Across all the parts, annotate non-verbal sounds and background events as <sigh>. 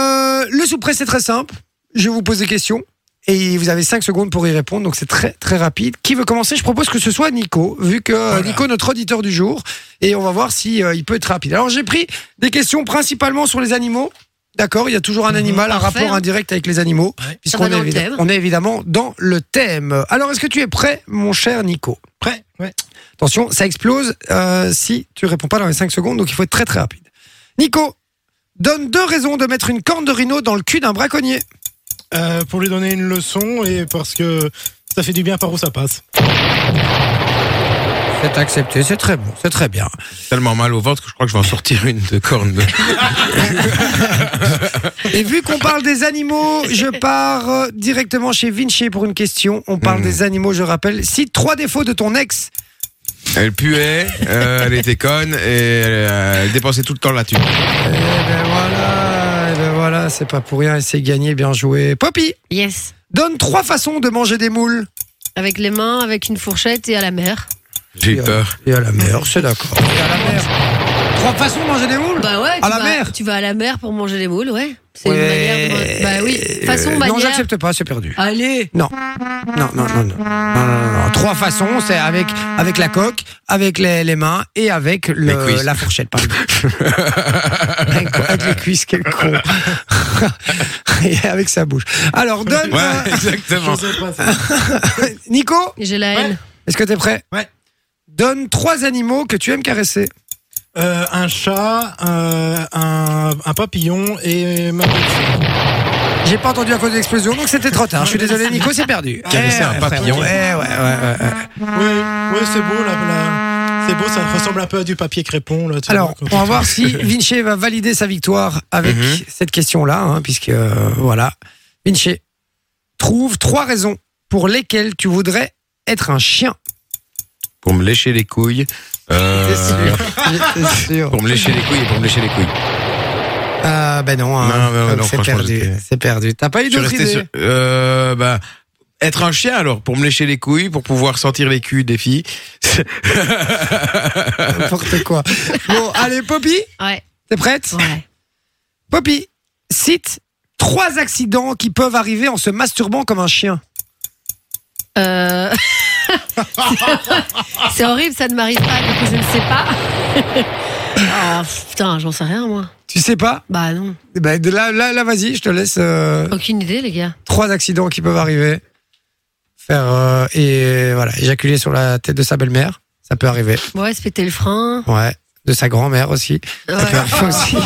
suis sous presse, Euh, c'est très simple. Je vais vous poser des questions et vous avez 5 secondes pour y répondre, donc c'est très très rapide. Qui veut commencer Je propose que ce soit Nico, vu que euh, Voilà. Nico notre auditeur du jour, et on va voir si euh, il peut être rapide. Alors j'ai pris des questions principalement sur les animaux. D'accord, il y a toujours un Mhm, animal, un parfait, rapport hein. indirect avec les animaux, Ouais. puisqu'on va dans est, le évi- thème. on est évidemment dans le thème. Alors est-ce que tu es prêt, mon cher Nico Prêt Ouais. Attention, ça explose euh, si tu réponds pas dans les 5 secondes, donc il faut être très très rapide. Nico, donne deux raisons de mettre une corne de rhino dans le cul d'un braconnier. Euh, pour lui donner une leçon et parce que ça fait du bien par où ça <laughs> passe. C'est accepté, c'est très bon, c'est très bien. tellement mal au ventre que je crois que je vais en sortir une de corne. Et vu qu'on parle des animaux, je pars euh, directement chez Vinci pour une question. On parle Mm. des animaux, je rappelle. Cite trois défauts de ton ex. Elle puait, euh, elle était conne et euh, elle dépensait tout le temps la thune. Eh ben voilà, eh ben voilà, c'est pas pour rien, et c'est gagné, bien joué. Poppy, Yes. donne trois façons de manger des moules. Avec les mains, avec une fourchette et à la mer. J'ai eu peur. Et à la mer, c'est d'accord. Et à la mer. Trois façons de manger des moules Bah ouais. À tu la vas- mer. Tu vas à la mer pour manger les moules, ouais. C'est Ouais. une manière de. Bah oui. Façon Euh, Non, manière. Ah. j'accepte pas, c'est perdu. Allez. Non, non, non, non. non, non, non, non. Trois façons, c'est avec, avec la coque, avec les, les mains et avec le- Les cuisses. la fourchette, <laughs> pardon. avec, quoi Avec les cuisses, quel con. <laughs> et avec sa bouche. Alors, donne. Ouais, <laughs> exactement. Je sais pas, ça. euh, Nico, J'ai la haine. est-ce que t'es prêt Ouais. Donne trois animaux que tu aimes caresser. Euh, un chat, euh, un, un papillon et ma petite. J'ai pas entendu à cause de l'explosion, donc c'était trop tard. Je suis désolé, Nico, c'est perdu. Caresser Eh, un ouais, papillon. frérot. Eh, ouais, ouais, ouais, ouais. Oui, oui, c'est beau là. là. C'est beau, ça ressemble un peu à du papier crépon là. tu Alors, vois, on quand- va voir <laughs> si Vinci va valider sa victoire avec Mhm. cette question-là, hein, puisque euh, voilà. Vinci, trouve trois raisons pour lesquelles tu voudrais être un chien. Pour me lécher les couilles. euh, <laughs> J'étais sûr. pour me lécher les couilles et pour me lécher les couilles. Euh, ben non, hein, Non, non, non, comme non, c'est franchement, perdu. j'étais- C'est perdu. T'as pas eu Je suis d'autres resté idées sur. Euh, bah, être un chien alors, pour me lécher les couilles, pour pouvoir sentir les culs des filles. N'importe <laughs> quoi. Bon, allez, Poppy, Ouais. t'es prête Ouais. Poppy, cite trois accidents qui peuvent arriver en se masturbant comme un chien. Euh... <laughs> c'est- c'est horrible, ça ne m'arrive pas, du coup je ne sais pas. <laughs> Ah putain, j'en sais rien moi. Tu sais pas Bah non, Eh ben, de Là, là, là vas-y, je te laisse. euh, aucune idée les gars. trois accidents qui peuvent arriver. Faire euh, et voilà, éjaculer sur la tête de sa belle-mère, ça peut arriver. Ouais, se péter le frein. Ouais, de sa grand-mère aussi, ça peut Ouais. arriver <laughs> aussi.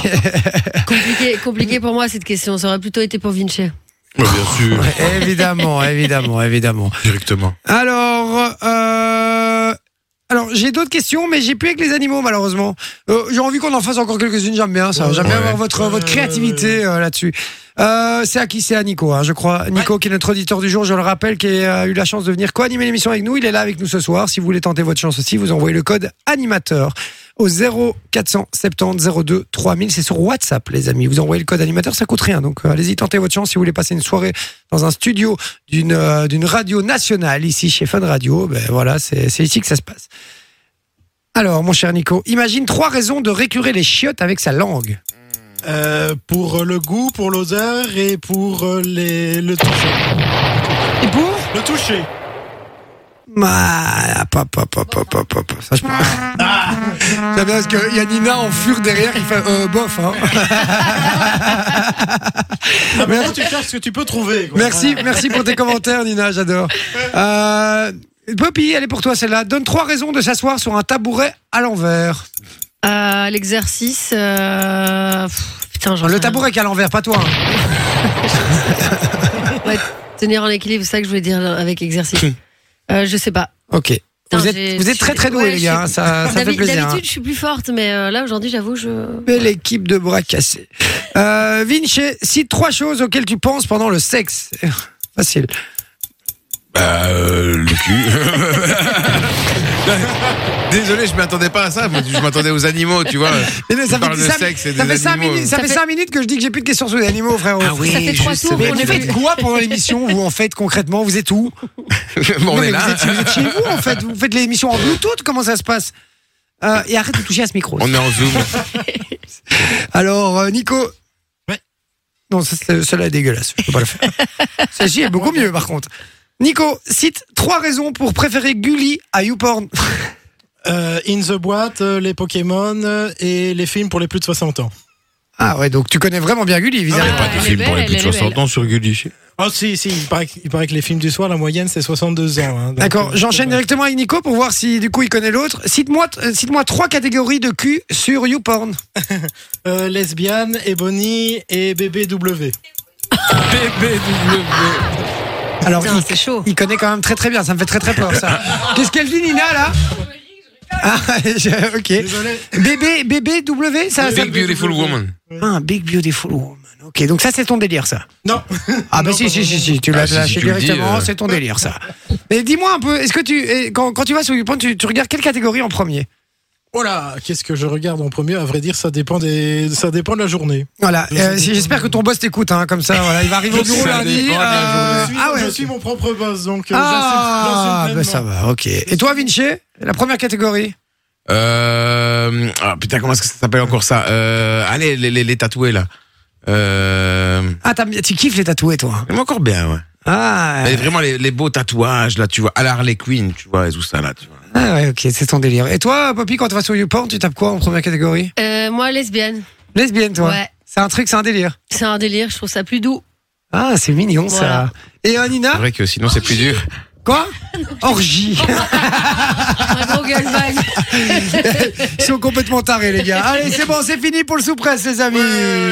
Compliqué, compliqué pour moi cette question, ça aurait plutôt été pour Vinci. bien <laughs> sûr. évidemment, évidemment, évidemment. Directement. Alors, euh, alors j'ai d'autres questions, mais j'ai plus avec les animaux malheureusement. Euh, j'ai envie qu'on en fasse encore quelques-unes. J'aime bien ça. Ouais. J'aime bien Ouais. avoir votre votre Ouais, créativité euh, là-dessus. Euh, c'est à qui C'est à Nico, hein, je crois. Nico, qui est notre auditeur du jour, je le rappelle, qui a eu la chance de venir co-animer l'émission avec nous. Il est là avec nous ce soir. Si vous voulez tenter votre chance aussi, vous envoyez le code animateur au 0470 02 3000. C'est sur WhatsApp, les amis. Vous envoyez le code animateur, ça coûte rien. Donc euh, allez-y, tentez votre chance. Si vous voulez passer une soirée dans un studio d'une euh, d'une radio nationale ici chez Fun Radio, ben voilà, c'est c'est ici que ça se passe. Alors, mon cher Nico, imagine trois raisons de récurer les chiottes avec sa langue. Euh, pour le goût, pour l'odeur et pour euh, les, le toucher. Et pour Le toucher. Ah, hop, hop, hop, hop, hop, hop, hop. Ça, je peux <laughs> pas. Ah. J'aime bien parce qu'il y a Nina en fure derrière qui fait euh, bof. Hein. Ah, mais Merci. là, tu cherches ce que tu peux trouver. quoi. Merci, Voilà. merci pour tes commentaires, Nina, j'adore. Euh, Poppy, elle est pour toi celle-là. Donne trois raisons de s'asseoir sur un tabouret à l'envers. Euh, L'exercice. euh, pff, Putain, j'en sais Le rien. tabouret qui est à l'envers, pas toi. hein. Ouais, tenir en équilibre, c'est ça que je voulais dire avec exercice. Euh, je sais pas. Ok. Putain, Vous j'ai- êtes, vous êtes très très doués, Ouais, les je gars. hein. suis- <laughs> Ça, ça fait D'habi- plaisir. hein. D'habitude, je suis plus forte, mais euh, là aujourd'hui, j'avoue, je. Belle équipe de bras cassés. Euh, Vinci, cite trois choses auxquelles tu penses pendant le sexe. <laughs> Facile. Bah, euh, le cul. Désolé, je m'attendais pas à ça. Je m'attendais aux animaux, tu vois. Mais non, ça On parle fait, de ça- sexe et ça des fait cinq animaux. minutes, ça Ça fait fait- cinq minutes que je dis que j'ai plus de questions sur les animaux, frérot. Ça fait trois tours Mais qu'on vous est faites plus. quoi pendant l'émission, vous, en fait, concrètement Vous êtes où <laughs> Bon, Non, on mais est là. <laughs> Vous êtes, vous êtes chez vous, en fait. Vous faites l'émission en Bluetooth, comment ça se passe Euh, Et arrête de toucher à ce micro. On est en zoom. Alors, euh, Nico, Ouais. Non, ça, c'est- celle-là est dégueulasse. Je peux pas le faire. Celle-ci est beaucoup mieux, par contre. Nico, cite trois raisons pour préférer Gulli à YouPorn. Euh, in the boîte, euh, les Pokémon euh, et les films pour les plus de 60 ans. Ah ouais, donc tu connais vraiment bien Gulli, Il n'y a évidemment. pas de elle est film pour belle, les plus de elle est 60 belle. ans sur Gulli. Oh si, si, il paraît, que- il paraît que les films du soir, la moyenne, c'est 62 ans. hein, donc, D'accord, euh, j'enchaîne directement avec Nico pour voir si du coup il connaît l'autre. Cite-moi euh, cite-moi trois catégories de cul sur YouPorn. Euh, lesbienne, Ebony et BBW. Alors, Putain, il- c'est chaud. Il connaît quand même très très bien, ça me fait très très peur <laughs> ça. Qu'est-ce qu'elle dit Nina là ah, <laughs> je- ok. Désolé. Bébé, bébé W, ça, Ah, ça Big Beautiful Woman. Ah, Un big beautiful woman. Ok, donc ça c'est ton délire ça. Non. <laughs> Ah bah Non, si, pas si si vraiment. si, tu Ah, l'as si, si lâché tu le dis, directement, euh. c'est ton délire ça. Mais dis-moi un peu, est-ce que tu eh, quand, quand tu vas sur YouPorn, tu, tu regardes quelle catégorie en premier Oh là, qu'est-ce que je regarde en premier À vrai dire, ça dépend des, ça dépend de la journée. Voilà. euh, si- J'espère que ton boss t'écoute, hein, comme ça. Voilà, il va arriver au bureau Ça lundi. dépend de la euh, je, suis, ah ouais. je suis mon propre boss, donc. euh, Ah, j'assume- j'assume bah ça pleinement. va, ok. Et toi, Vinci, la première catégorie Euh, ah, putain, comment est-ce que ça s'appelle encore ça euh, Allez, les, les, les tatoués là. Euh, Ah, t'as- tu kiffes les tatoués, toi hein. j'aime encore bien, ouais. Ah, Mais vraiment les, les beaux tatouages là, tu vois, à la Harley Quinn, tu vois, et tout ça là, tu vois. Ah ouais, ok, c'est ton délire. Et toi, Poppy, quand tu vas sur YouPorn, tu tapes quoi en première catégorie Euh, moi, lesbienne. Lesbienne, toi Ouais. C'est un truc, c'est un délire. C'est un délire, je trouve ça plus doux. Ah, c'est mignon, ça. Voilà. Et euh, C'est Nina vrai que sinon c'est plus dur. <laughs> Quoi Orgie. Un gros gueule vague. Ils sont complètement tarés, les gars. Allez, c'est bon, c'est fini pour le sous-presse, les amis.